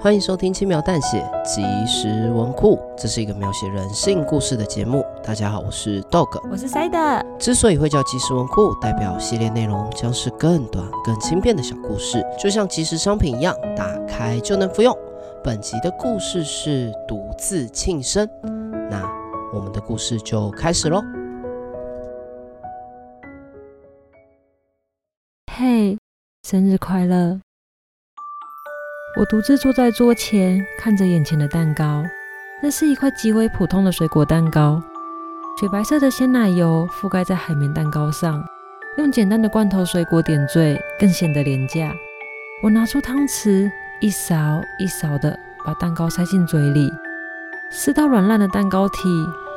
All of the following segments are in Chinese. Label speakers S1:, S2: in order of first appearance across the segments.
S1: 欢迎收听《轻描淡写即时文库》，这是一个描写人性故事的节目。大家好，我是 Dog。
S2: 我是 Side，
S1: 之所以会叫即时文库，代表系列内容将是更短、更轻便的小故事，就像即时商品一样，打开就能服用。本集的故事是独自庆生，那我们的故事就开始喽。
S3: 嘿，生日快乐！我独自坐在桌前，看着眼前的蛋糕。那是一块极为普通的水果蛋糕，雪白色的鲜奶油覆盖在海绵蛋糕上，用简单的罐头水果点缀，更显得廉价。我拿出汤匙，一勺一勺的把蛋糕塞进嘴里，吃到软烂的蛋糕体，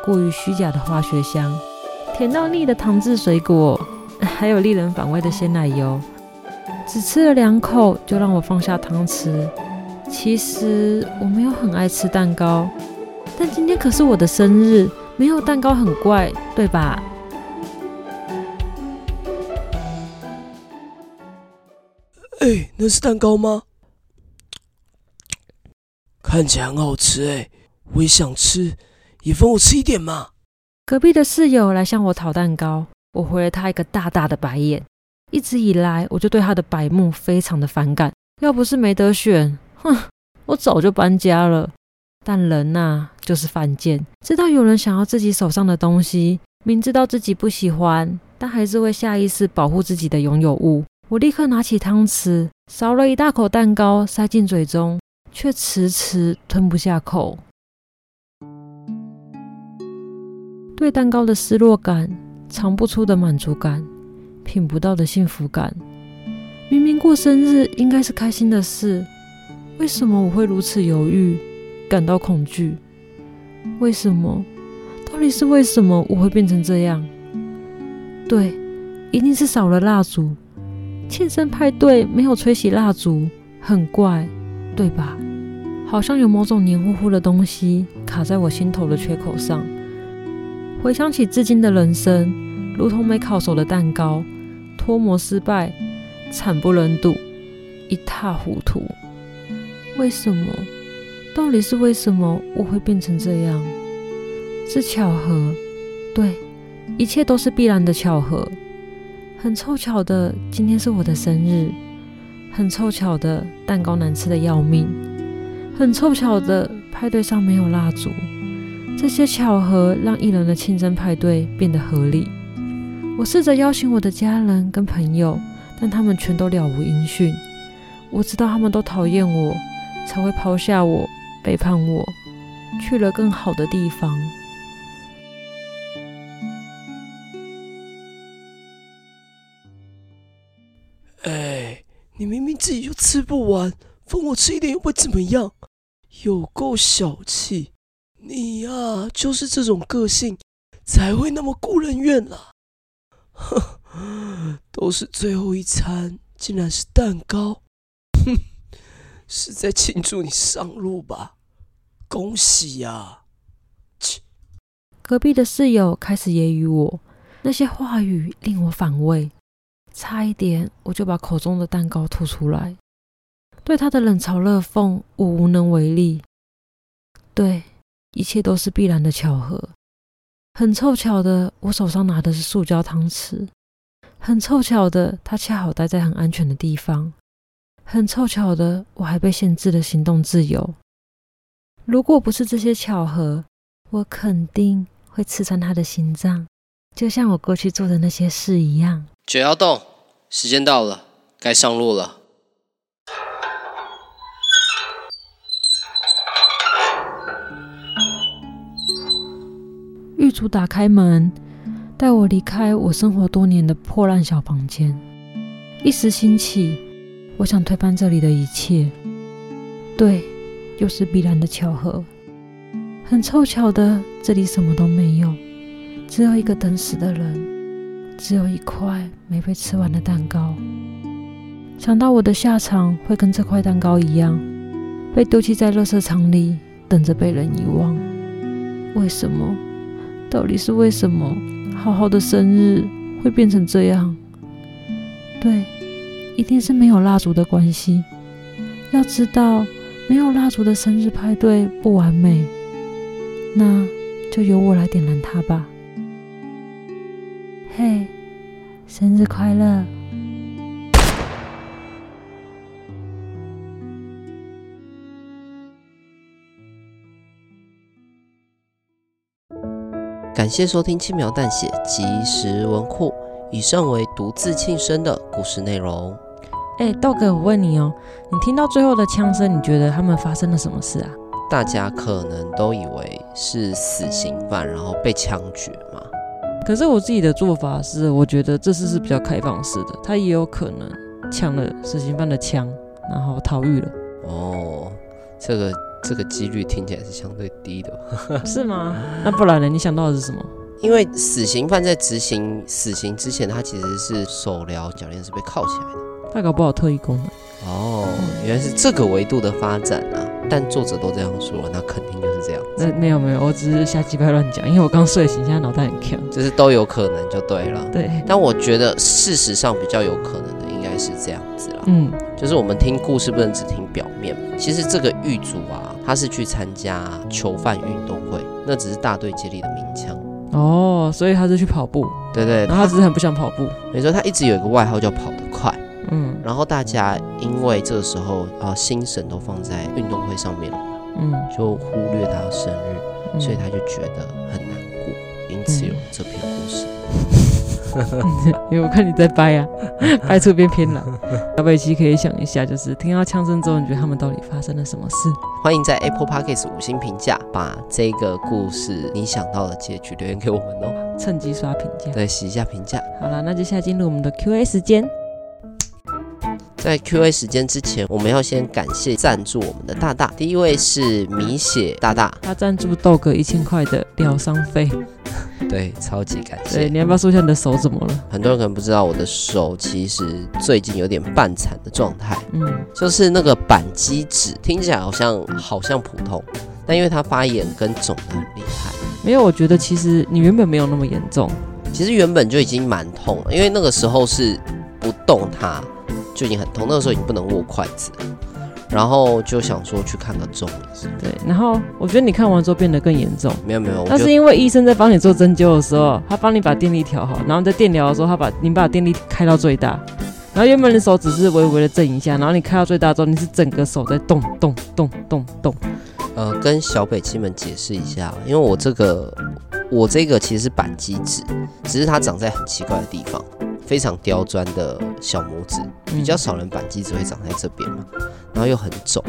S3: 过于虚假的化学香，甜到腻的糖制水果，还有令人反胃的鲜奶油。只吃了两口就让我放下汤匙。其实我没有很爱吃蛋糕，但今天可是我的生日，没有蛋糕很怪，对吧？
S4: 哎、那是蛋糕吗？看起来很好吃哎、我也想吃，也分我吃一点嘛。
S3: 隔壁的室友来向我讨蛋糕，我回了他一个大大的白眼。一直以来，我就对他的白目非常的反感。要不是没得选，哼，我早就搬家了。但人呐、就是犯贱，知道有人想要自己手上的东西，明知道自己不喜欢，但还是会下意识保护自己的拥有物。我立刻拿起汤匙，勺了一大口蛋糕塞进嘴中，却迟迟吞不下口。对蛋糕的失落感，尝不出的满足感，品不到的幸福感。明明过生日应该是开心的事，为什么我会如此犹豫，感到恐惧？为什么？到底是为什么我会变成这样？对，一定是少了蜡烛。庆生派对没有吹熄蜡烛，很怪，对吧？好像有某种黏糊糊的东西卡在我心头的缺口上。回想起至今的人生，如同没烤熟的蛋糕，脱模失败，惨不忍睹，一塌糊涂。为什么？到底是为什么我会变成这样？是巧合，对，一切都是必然的巧合。很凑巧的，今天是我的生日。很凑巧的，蛋糕难吃的要命。很凑巧的，派对上没有蜡烛。这些巧合让艺人的庆生派对变得合理。我试着邀请我的家人跟朋友，但他们全都了无音讯。我知道他们都讨厌我，才会抛下我，背叛我，去了更好的地方。
S4: 哎、你明明自己就吃不完，分我吃一点又不会怎么样，有够小气。你呀、就是这种个性，才会那么顾人怨啦。 呵，都是最后一餐，竟然是蛋糕，哼，是在庆祝你上路吧？恭喜呀、切
S3: 隔壁的室友开始揶揄我，那些话语令我反胃，差一点我就把口中的蛋糕吐出来。对他的冷嘲热讽，我无能为力。对，一切都是必然的巧合。很凑巧的，我手上拿的是塑胶汤匙。很凑巧的，它恰好待在很安全的地方。很凑巧的，我还被限制了行动自由。如果不是这些巧合，我肯定会刺穿他的心脏，就像我过去做的那些事一样。
S1: 九幺洞，时间到了，该上路了。
S3: 狱卒打开门，带我离开我生活多年的破烂小房间。一时兴起，我想推翻这里的一切。对，又是必然的巧合。很凑巧的，这里什么都没有，只有一个等死的人，只有一块没被吃完的蛋糕。想到我的下场会跟这块蛋糕一样，被丢弃在垃圾场里，等着被人遗忘。为什么？到底是为什么？好好的生日会变成这样？对，一定是没有蜡烛的关系。要知道，没有蜡烛的生日派对不完美，那就由我来点燃它吧。嘿，生日快乐！
S1: 感谢收听轻描淡写即时文库，以上为独自庆生的故事内容。
S3: 哎、道哥，我问你哦，你听到最后的枪声，你觉得他们发生了什么事啊？
S1: 大家可能都以为是死刑犯，然后被枪决嘛。
S3: 可是我自己的做法是，我觉得这次是比较开放式的，他也有可能抢了死刑犯的枪，然后逃狱了，
S1: 哦，这个这个几率听起来是相对低的吧，
S3: 是吗？那不然呢？你想到的是什么？
S1: 因为死刑犯在执行死刑之前，他其实是手镣脚链是被铐起来的。
S3: 他搞不好特异功能。
S1: 哦，原来是这个维度的发展啊！但作者都这样说了，那肯定就是这样
S3: 那
S1: 子，
S3: 呃没有没有，我只是瞎鸡巴乱讲，因为我刚睡醒，现在脑袋很 Q。
S1: 就是都有可能就对了。
S3: 对，
S1: 但我觉得事实上比较有可能的应该是这样子啦，
S3: 嗯，
S1: 就是我们听故事不能只听表面。其实这个狱卒啊，他是去参加囚犯运动会，那只是大队接力的鸣枪。
S3: 哦，所以他是去跑步，
S1: 对对，
S3: 然后他只是很不想跑步。
S1: 没错，他一直有一个外号叫跑得快。
S3: 嗯
S1: 然后大家因为这个时候啊、呃心神都放在运动会上面了嘛，
S3: 嗯，
S1: 就忽略他的生日，
S3: 嗯
S1: 所以他就觉得很难过，因此有了这篇故事。
S3: 因为我看你在掰啊， 掰出边偏了。小北其实可以想一下，就是听到枪声之后，你觉得他们到底发生了什么事？
S1: 欢迎在 Apple Podcast 五星评价，把这个故事你想到的结局留言给我们哦。
S3: 趁机刷评价。
S1: 对，洗一下评价。
S3: 好了，那接下来进入我们的 Q&A 时间。
S1: 在 Q&A 时间之前，我们要先感谢赞助我们的大大，第一位是米血大大，
S3: 他赞助豆哥一千块的疗伤费。
S1: 对，超级感
S3: 对，
S1: 谢。
S3: 你要不要说一下你的手怎么了？
S1: 很多人可能不知道，我的手其实最近有点半残的状态。
S3: 嗯，
S1: 就是那个板机指，听起来好像好像普通，但因为它发炎跟肿得很厉害，
S3: 没有，我觉得其实你原本没有那么严重。
S1: 其实原本就已经蛮痛了，因为那个时候是不动它就已经很痛，那个时候已经不能握筷子了，然后就想说去看个中医，
S3: 对，然后我觉得你看完之后变得更严重。
S1: 没有没有，我
S3: 那
S1: 就是
S3: 因为医生在帮你做针灸的时候，他帮你把电力调好，然后在电疗的时候，他把你把电力开到最大，然后原本你手只是微微的震一下，然后你开到最大之后，你是整个手在动动动动动。
S1: 呃跟小北亲们解释一下，因为我这个我这个其实是板机指，只是它长在很奇怪的地方，非常刁钻的小拇指。
S3: 比
S1: 比
S2: 嗯
S1: 较少人板机只会长在这边嘛，然后又很肿，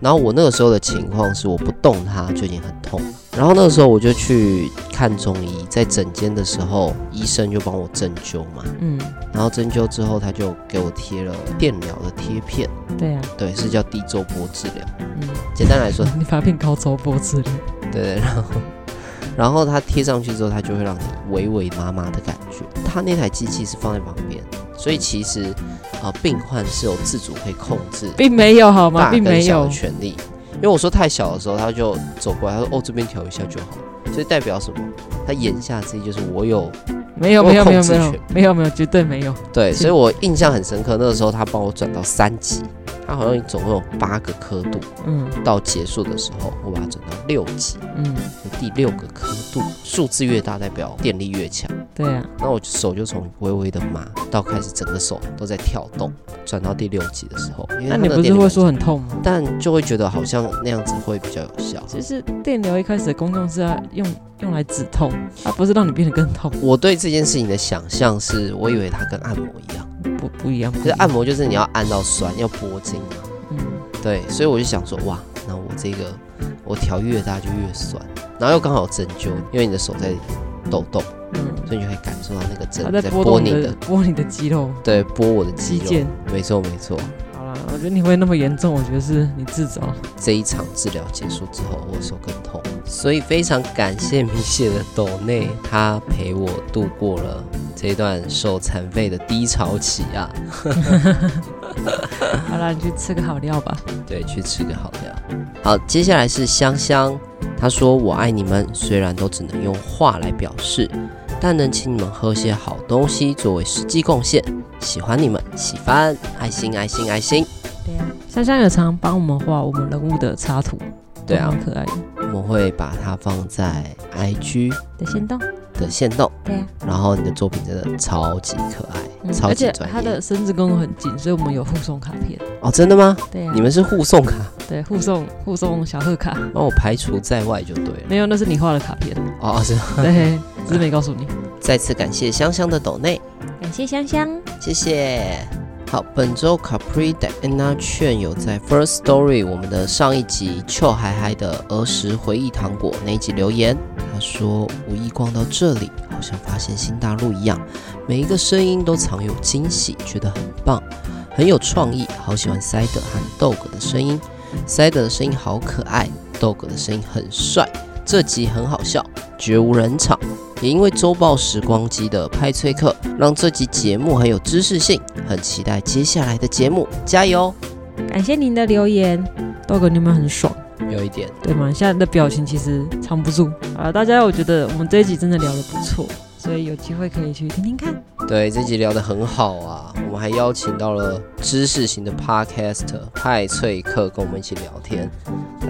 S1: 然后我那个时候的情况是我不动它就已经很痛了，然后那个时候我就去看中医，在诊间的时候，医生就帮我针灸嘛，
S3: 嗯，
S1: 然后针灸之后他就给我贴了电疗的贴片，
S3: 对呀、
S1: 对，是叫低周波治疗，
S3: 嗯，
S1: 简单来 说，
S3: 你发片高周波治疗。
S1: 对对，然后。然后它贴上去之后，它就会让你微微麻麻的感觉。它那台机器是放在旁边，所以其实，呃，病患是有自主可以控制
S3: 并没有好吗？
S1: 大
S3: 并
S1: 跟
S3: 没
S1: 小
S3: 有
S1: 的，权利。因为我说太小的时候，他就走过来，他说：“哦，这边调一下就好。”所以代表什么？他言下之意就是我有
S3: 没有
S1: 我有
S3: 没有没
S1: 控
S3: 有
S1: 制
S3: 没有
S1: 权
S3: 没有没有，绝对没有。
S1: 对，
S3: 是
S1: 所以我印象很深刻。那个时候他帮我转到三级，他好像总共有八个刻度，
S3: 嗯
S1: 到结束的时候我把它转到六级，
S3: 嗯，
S1: 就第六个刻度。数字越大，代表电力越强。
S3: 对啊，
S1: 那我手就从微微的麻到开始整个手都在跳动，转到第六级的时候，因为它
S3: 那你
S1: 那个
S3: 不
S1: 电
S3: 是
S1: 力
S3: 会
S1: 蛮
S3: 说
S1: 强，
S3: 很痛吗？
S1: 但就会觉得好像那样子会比较有效。
S3: 其实电疗一开始的功用是要用用来止痛，它不是让你变得更痛，
S1: 我对这件事情的想象是，我以为它跟按摩一样，
S3: 不不一样。不
S1: 可
S3: 一
S1: 是
S3: 样
S1: 按摩就是你要按到酸，要拨筋嘛。
S3: 嗯，
S1: 对，所以我就想说，哇，那我这个我调越大就越酸，然后又刚好针灸，因为你的手在抖动，
S3: 嗯，
S1: 所以你就可以感受到那个针
S3: 它在
S1: 在
S3: 拨
S1: 拨
S3: 动
S1: 你
S3: 你的
S1: 的，
S3: 拨你的肌肉
S1: 对，拨我的肌
S3: 肌
S1: 肉
S3: 腱。。
S1: 没错没错，
S3: 好啦，
S2: 我觉得你会那么严重，我觉得是你自 找。
S1: 这一场治疗结束之后，我手更痛，所以非常感谢米雪的抖内，她陪我度过了这段受残废的低潮期啊。
S2: 好啦，你去吃个好料吧。
S1: 对，去吃个好料。好，接下来是香香，她说：“我爱你们，虽然都只能用话来表示，但能请你们喝些好东西作为实际贡献。喜欢你们，喜欢，爱心，爱心，爱心。
S2: 对啊，香香有常帮我们画我们人物的插图，
S1: 对啊
S2: 都蛮，可爱的。
S1: 我们会把它放在 IG
S2: 的先动，
S1: 的线动，
S2: 对啊，
S1: 然后你的作品真的超级可爱，
S2: 嗯
S1: 超
S2: 而
S1: 级
S2: 且
S1: 专
S2: 它
S1: 业
S2: 的绳子跟我很近，所以我们有护送卡片。
S1: 哦，真的吗？
S2: 对啊，
S1: 你们是互送卡，
S2: 对护送护送小贺卡，
S1: 把我排除在外就对了。
S2: 没有，那是你画的卡 片。
S1: 哦，是。
S2: 对，只是没告诉你。
S1: 再次感谢香香的抖内，
S5: 感谢香香。
S1: 谢谢。好，本周 Capri Diana 券有在 First Story 我们的上一集臭嗨嗨的儿时回忆糖果那一集留言，他说无意逛到这里，好像发现新大陆一样，每一个声音都藏有惊喜，觉得很棒，很有创意，好喜欢塞德和豆哥的声音，塞德的声音好可爱，豆哥的声音很帅，这集很好笑，绝无人场。也因为周报时光机的派翠克，让这集节目很有知识性，很期待接下来的节目，加油！
S2: 感谢您的留言，豆哥你们很爽，
S1: 有一点，
S2: 对吗？现在的表情其实藏不住。好了，大家我觉得我们这一集真的聊得不错，所以有机会可以去听听看。
S1: 对这集聊得很好啊，我们还邀请到了知识型的 podcaster 派翠克跟我们一起聊天，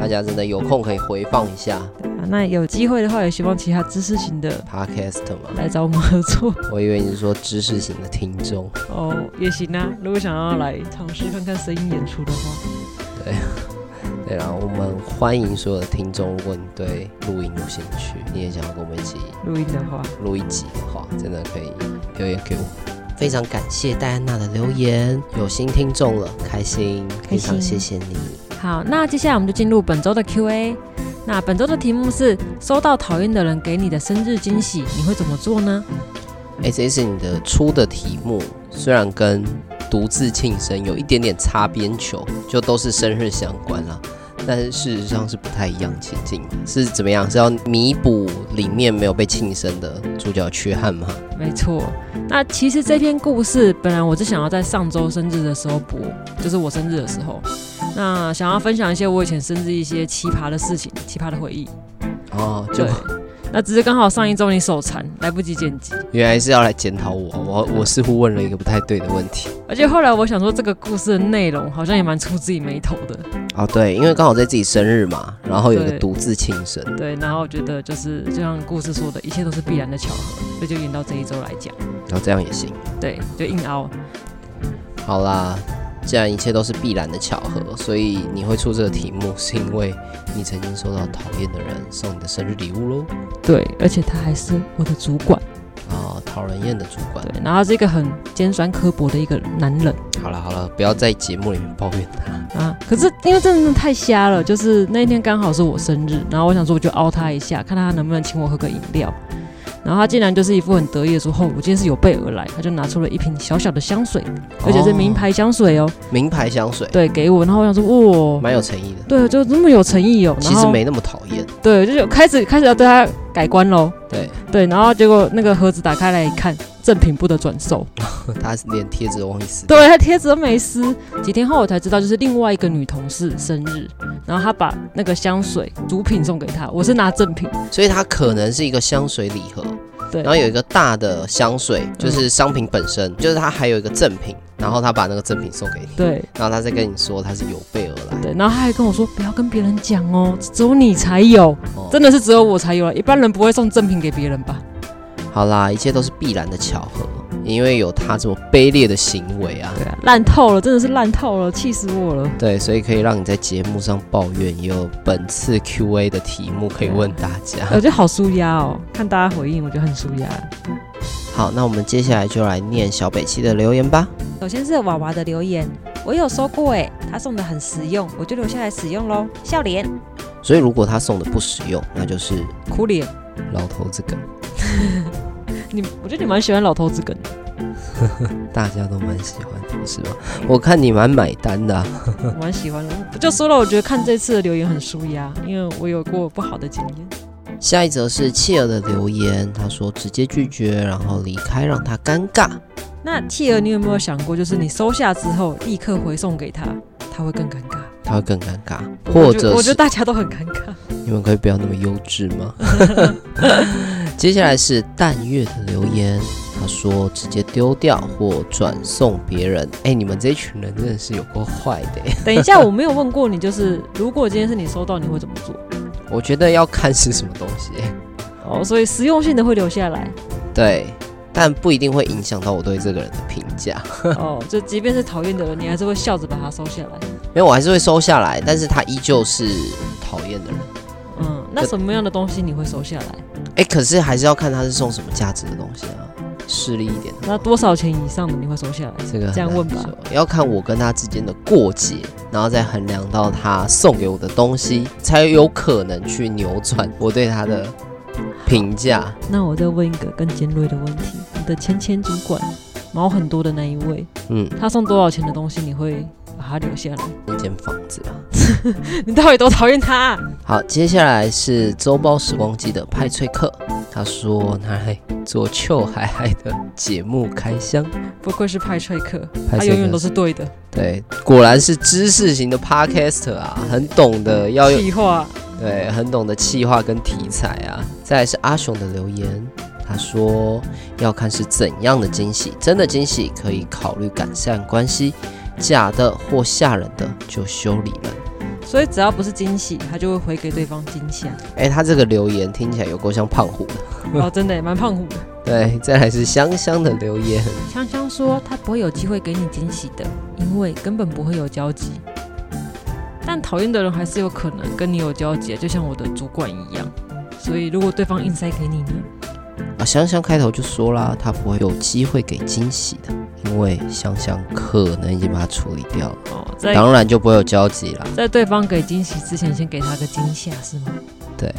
S1: 大家真的有空可以回放一下
S2: 啊，那有机会的话，也希望其他知识型的
S1: podcast 嘛，
S2: 来找我们合作
S1: 我以为你是说知识型的听众，
S2: 哦，也行啊。 如果想要来尝试看看声音演出的话，
S1: 对啦，我们欢迎所有的听众，如果你对录音有兴趣，你也想要跟我们一起
S2: 录音的话，
S1: 录一集的话，真的可以留言给我。非常感谢戴安娜的留言，有新听众了，开心，非
S2: 开心
S1: 常谢谢你。
S2: 好，那接下来我们就进入本周的 Q&A。那本周的题目是：收到讨厌的人给你的生日惊喜，你会怎么做呢？
S1: 哎，这是你的出的题目，虽然跟独自庆生有一点点擦边球，就都是生日相关啦，但是事实上是不太一样情境的，是怎么样？是要弥补里面没有被庆生的主角缺憾吗？
S2: 没错，那其实这篇故事本来我是想要在上周生日的时候播，就是我生日的时候，那想要分享一些我以前生日一些奇葩的事情、奇葩的回忆。
S1: 哦，就
S2: 对，那只是刚好上一周你手残，来不及剪辑，
S1: 原来是要来检讨我，我我似乎问了一个不太对的问题。
S2: 而且后来我想说这个故事的内容好像也蛮出自己眉头的，
S1: 哦，对，因为刚好在自己生日嘛，然后有个
S2: 对
S1: 独自庆生，
S2: 对，然后我觉得就是就像故事说的，一切都是必然的巧合，所以就演到这一周来讲，
S1: 然后这样也行。
S2: 对，就硬凹。
S1: 好啦，既然一切都是必然的巧合，所以你会出这个题目，是因为你曾经收到讨厌的人送你的生日礼物喽。
S2: 对，而且他还是我的主管，
S1: 哦，讨人厌的主管。
S2: 对，然后他是一个很尖酸刻薄的一个男人。
S1: 好了好了，不要在节目里面抱怨他。
S2: 啊，可是因为真的太瞎了，就是那一天刚好是我生日，然后我想说我就凹他一下，看他能不能请我喝个饮料。然后他竟然就是一副很得意的说：“哦，我今天是有备而来。”他就拿出了一瓶小小的香水， 而且是名牌香水哦，
S1: 名牌香水，
S2: 对，给我。然后我想说，哇，
S1: 蛮有诚意的。
S2: 对，就这么有诚意哦。
S1: 其
S2: 然
S1: 实
S2: 后
S1: 没那么讨厌。
S2: 对，就是开始开始要对他改观喽。
S1: 对，
S2: 对，然后结果那个盒子打开来一看，正品部的转售，
S1: 他连贴纸都忘记撕。
S2: 对，他贴纸都没撕。几天后我才知道，就是另外一个女同事生日，然后她把那个香水主品送给她，我是拿正品。
S1: 所以它可能是一个香水礼盒，
S2: 对嗯
S1: 然后有一个大的香水，就是商品本身，就是它还有一个赠品，然后他把那个赠品送给你，
S2: 对
S1: 然后他再跟你说他是有备而来，
S2: 对，然后她还跟我说不要跟别人讲哦，只有你才有，
S1: 哦
S2: 真的是只有我才有了，啊一般人不会送正品给别人吧？
S1: 好啦，一切都是必然的巧合，因为有他这么卑劣的行为啊，
S2: 对啊，烂透了，真的是烂透了，气死我了。
S1: 对，所以可以让你在节目上抱怨，也有本次 Q&A 的题目可以问大家。
S2: 我觉得好舒压哦，看大家回应，我觉得很舒压。
S1: 好，那我们接下来就来念小北七的留言吧。
S5: 首先是娃娃的留言，我有收过哎，他送的很实用，我就留下来使用喽。笑脸，
S1: 所以如果他送的不实用，那就是
S2: 苦脸，
S1: 老头子梗。
S2: 你我觉得你蛮喜欢老头子梗的，
S1: 大家都蛮喜欢，不是吗？我看你蛮买单的啊、
S2: 我蛮喜欢的。我就说了，我觉得看这次的留言很舒压，因为我有过不好的经验。
S1: 下一则是契儿的留言，他说直接拒绝，然后离开让他尴尬。
S2: 那契儿，你有没有想过，就是你收下之后立刻回送给他，他会更尴尬，
S1: 他会更尴尬，或
S2: 我觉得
S1: 者
S2: 我觉得
S1: 是
S2: 大家都很尴 尬。
S1: 你们可以不要那么幼稚吗？接下来是淡月的留言，他说直接丢掉或转送别人。哎、你们这群人真的是有够坏的、欸
S2: 等一下，我没有问过你，就是如果今天是你收到，你会怎么做？
S1: 我觉得要看是什么东西、欸嗯
S2: 哦，所以实用性的会留下 来。
S1: 对，但不一定会影响到我对这个人的评价。
S2: 哦，就即便是讨厌的人，你还是会笑着把它收下来。
S1: 没有，我还是会收下来，但是他依旧是讨厌的人。
S2: 嗯，那什么样的东西你会收下来？
S1: 哎、可是还是要看他是送什么价值的东西啊，势利一点的，
S2: 那多少钱以上的你会收下来？
S1: 这个很
S2: 这样
S1: 难
S2: 问吧
S1: 说，要看我跟他之间的过节，然后再衡量到他送给我的东西，才有可能去扭转我对他的评价。
S2: 那我再问一个更尖锐的问题：你的前前主管毛很多的那一位，
S1: 嗯，
S2: 他送多少钱的东西你会把它留下来？
S1: 那间房子啊。
S2: 你到底多讨厌他、啊？
S1: 好，接下来是周包时光机的派翠克，他说拿来做臭海海的节目开箱，
S2: 不愧是派翠克，
S1: 派
S2: 他
S1: 翠
S2: 永远
S1: 克
S2: 都是对的。
S1: 对，果然是知识型的 podcaster 啊，很懂得要有
S2: 屁话，
S1: 对，很懂得企划跟题材啊。再来是阿雄的留言，他说要看是怎样的惊喜，真的惊喜可以考虑改善关系，假的或吓人的就修理了。
S2: 所以只要不是惊喜，他就会回给对方惊吓。
S1: 哎，他这个留言听起来有够像胖虎的。
S2: 哦，真的耶蛮胖虎的。
S1: 对，再来是香香的留言，
S2: 香香说他不会有机会给你惊喜的，因为根本不会有交集。但讨厌的人还是有可能跟你有交集，啊就像我的主管一样。所以如果对方硬塞给你呢？
S1: 啊，香香开头就说啦，他不会有机会给惊喜的，因为香香可能已经把它处理掉了，
S2: 哦，在
S1: 当然就不会有交集啦。
S2: 在对方给惊喜之前，先给他个惊吓是吗？
S1: 对，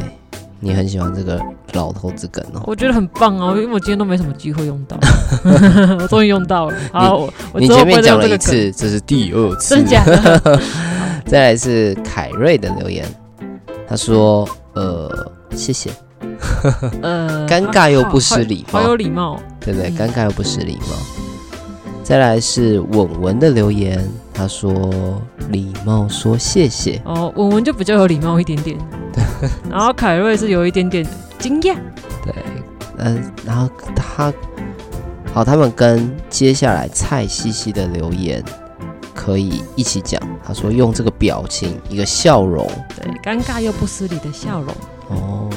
S1: 你很喜欢这个老头子梗哦。
S2: 我觉得很棒啊，因为我今天都没什么机会用 到， 我终于用到了。好，我我
S1: 你
S2: 之后
S1: 前
S2: 不会
S1: 面
S2: 再
S1: 讲
S2: 用
S1: 了
S2: 这
S1: 一
S2: 个梗，
S1: 次，这是第二次。
S2: 真的假的？
S1: 再来是凯瑞的留言，他说：“呃，谢谢，
S2: 呃，
S1: 尴尬又不失礼
S2: 啊好
S1: 貌
S2: 好有礼貌。
S1: 对不对？
S2: 嗯
S1: 尴尬又不失礼貌。”再来是稳文的留言，他说：“礼貌说谢谢。
S2: 哦，文文就比较有礼貌一点 点，然后凯瑞是有一点点惊讶。”
S1: 对，嗯，然后他，好，他们跟接下来蔡西西的留言可以一起讲。他说用这个表情，一个笑容，
S2: 对，尴尬又不失礼的笑容，
S1: 哦。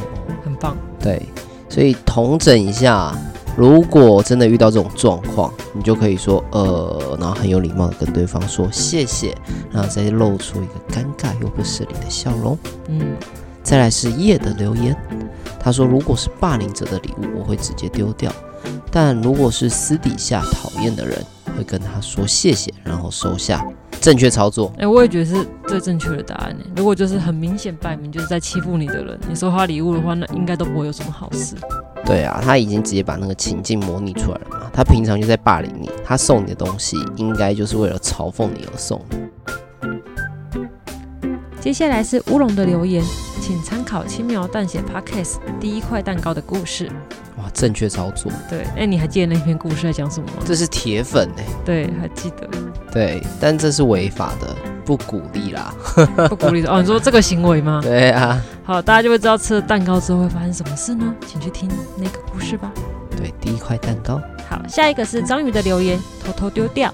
S2: 很棒。
S1: 对，所以统整一下，如果真的遇到这种状况，你就可以说呃，然后很有礼貌的跟对方说谢谢，然后再露出一个尴尬又不失礼的笑容。
S2: 嗯，
S1: 再来是叶的留言，他说如果是霸凌者的礼物，我会直接丢掉，但如果是私底下讨厌的人，会跟他说谢谢，然后收下。正确操作，
S2: 哎、我也觉得是最正确的答案呢。如果就是很明显摆明就是在欺负你的人，你收他礼物的话，那应该都不会有什么好事。
S1: 对啊，他已经直接把那个情境模拟出来了嘛。他平常就在霸凌你，他送你的东西应该就是为了嘲讽你而送的。
S2: 接下来是乌龙的留言，请参考轻描淡写 Podcast 第一块蛋糕的故事。
S1: 哇，正确操作，
S2: 对，哎、你还记得那篇故事在讲什么吗？
S1: 这是铁粉哎、
S2: 对，还记得，
S1: 对，但这是违法的，不鼓励啦。
S2: 不鼓励的哦。你说这个行为吗？
S1: 对啊，
S2: 好，大家就会知道吃了蛋糕之后会发生什么事呢？请去听那个故事吧。
S1: 对，第一块蛋糕
S2: 好，下一个是章鱼的留言，偷偷丢掉。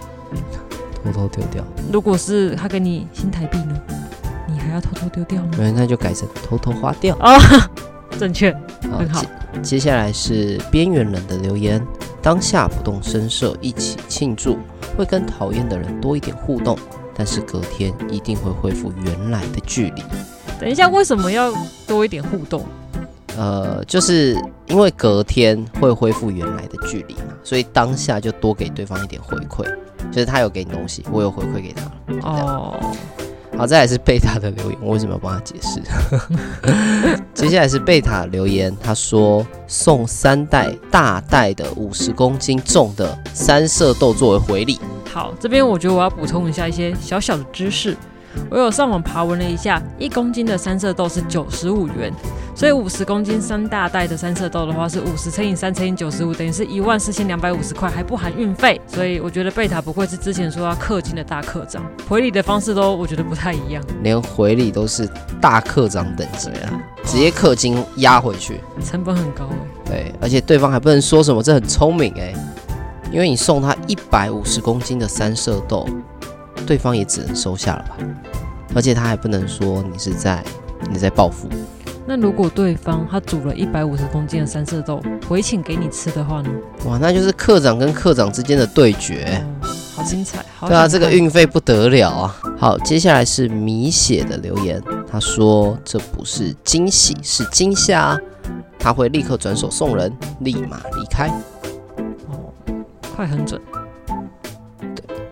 S1: 偷偷丢掉，
S2: 如果是他给你新台币呢，你还要偷偷丢掉吗？
S1: 没有那就改成偷偷花掉。
S2: 哦， 正确，很好
S1: 接。接下来是边缘人的留言，当下不动声色一起庆祝，会跟讨厌的人多一点互动，但是隔天一定会恢复原来的距离。
S2: 等一下，为什么要多一点互动？
S1: 呃，就是因为隔天会恢复原来的距离嘛，所以当下就多给对方一点回馈，就是他有给你东西，我有回馈给他，
S2: 哦，
S1: 好，再来是贝塔的留言，我为什么要帮他解释？ 接下来是贝塔留言，他说送三袋大袋的五十公斤重的三色豆作为回礼。
S2: 好，这边我觉得我要补充一下一些小小的知识。我有上网爬文了一下，一公斤的三色豆是九十五元，所以五十公斤三大袋的三色豆的话是五十乘以三乘以九十五，等于是一万四千两百五十块，还不含运费。所以我觉得贝塔不愧是之前说要氪金的大课长，回礼的方式都我觉得不太一样。
S1: 连回礼都是大课长等级啊，直接氪金压回去。
S2: 成本很高哎、
S1: 对，而且对方还不能说什么，这很聪明哎、因为你送他一百五十公斤的三色豆，对方也只能收下了吧。而且他还不能说你是在你在报复，
S2: 那如果对方他煮了一百五十公斤的三色豆回请给你吃的话呢？
S1: 哇，那就是课长跟课长之间的对决。
S2: 嗯好精彩！好
S1: 对啊，
S2: 想
S1: 这个
S2: 看
S1: 运费不得了啊！好，接下来是米血的留言，他说这不是惊喜，是惊吓、啊。他会立刻转手送人，立马离开。
S2: 哦，快很准。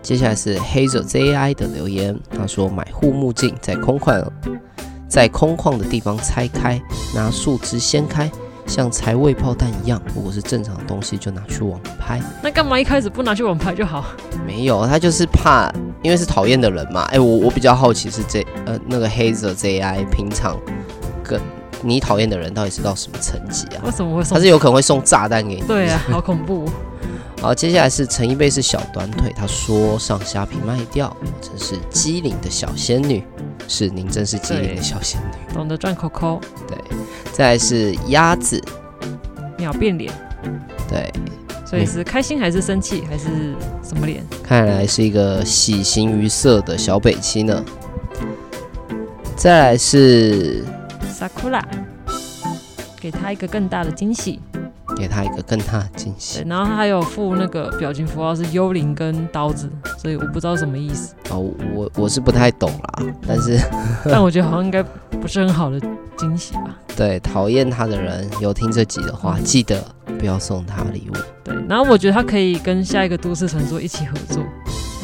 S1: 接下来是 Hazel ZI 的留言，他说买护目镜在空旷在空旷的地方拆开，拿树枝掀开，像拆未爆弹一样。如果是正常的东西，就拿去网拍。
S2: 那干嘛一开始不拿去网拍就好？
S1: 没有，他就是怕，因为是讨厌的人嘛。哎、我我比较好奇是这呃那个黑泽 ZI 平常跟你讨厌的人到底是到什么层级啊？
S2: 为什么会送
S1: 他是？有可能会送炸弹给你。
S2: 对啊，好恐怖！
S1: 好，接下来是陈一贝是小短腿，他说上虾皮卖掉，我真是机灵的小仙女，是您真是机灵的小仙女。
S2: 懂得赚口口，
S1: 对，再来是鸭子，
S2: 秒变脸，
S1: 对，
S2: 所以是开心还是生气还是什么脸？
S1: 看来是一个喜形于色的小北七呢。再来是
S2: Sakura，给他一个更大的惊喜。
S1: 给他一个更大的惊喜
S2: 对，然后他还有附那个表情符号是幽灵跟刀子，所以我不知道什么 意思，
S1: 哦，我我是不太懂啦，但是
S2: 但我觉得好像应该不是很好的惊喜吧。
S1: 对讨厌他的人有听这集的话，记得不要送他礼物。
S2: 对，然后我觉得他可以跟下一个都市传说一起合作，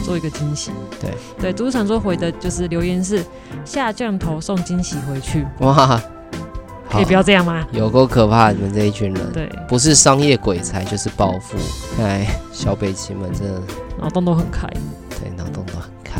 S2: 做一个惊喜。
S1: 对
S2: 对，都市传说回的就是留言是下降头送惊喜回去，
S1: 哇，
S2: 可以不要这样吗？
S1: 有够可怕！你们这一群人，
S2: 对，
S1: 不是商业鬼才就是暴富。看来小北奇们真的
S2: 脑洞都很开。
S1: 对脑洞都很开。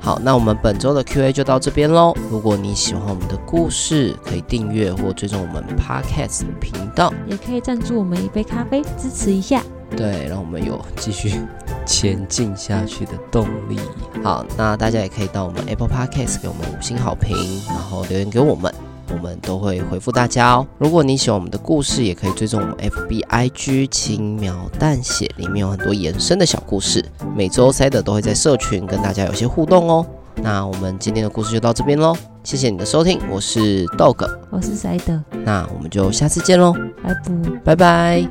S1: 好，那我们本周的 Q&A 就到这边喽。如果你喜欢我们的故事，可以订阅或追踪我们 Podcast 的频道。
S6: 也可以赞助我们一杯咖啡，支持一下。
S1: 对，让我们有继续前进下去的动力。好，那大家也可以到我们 Apple Podcast 给我们五星好评，然后留言给我们，我们都会回复大家哦。如果你喜欢我们的故事，也可以追踪我们 FB IG 轻描淡写，里面有很多延伸的小故事。每周塞德都会在社群跟大家有些互动哦。那我们今天的故事就到这边喽，谢谢你的收听，我是 Dog，
S6: 我是塞德，
S1: 那我们就下次见喽，
S6: 拜拜。
S1: 拜拜。